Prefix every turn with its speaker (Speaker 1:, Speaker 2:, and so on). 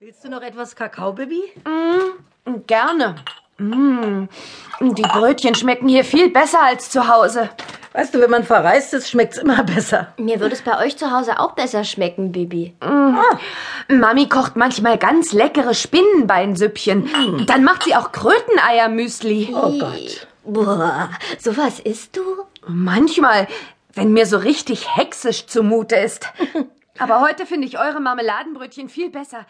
Speaker 1: Willst du noch etwas Kakao, Baby?
Speaker 2: Gerne. Mm, die Brötchen schmecken hier viel besser als zu Hause.
Speaker 1: Weißt du, wenn man verreist ist, schmeckt's immer besser.
Speaker 3: Mir würde es bei euch zu Hause auch besser schmecken, Bibi.
Speaker 2: Mami kocht manchmal ganz leckere Spinnenbeinsüppchen. Dann macht sie auch Kröteneiermüsli.
Speaker 1: Oh Gott.
Speaker 3: Boah, sowas isst du?
Speaker 2: Manchmal, wenn mir so richtig hexisch zumute ist. Aber heute finde ich eure Marmeladenbrötchen viel besser.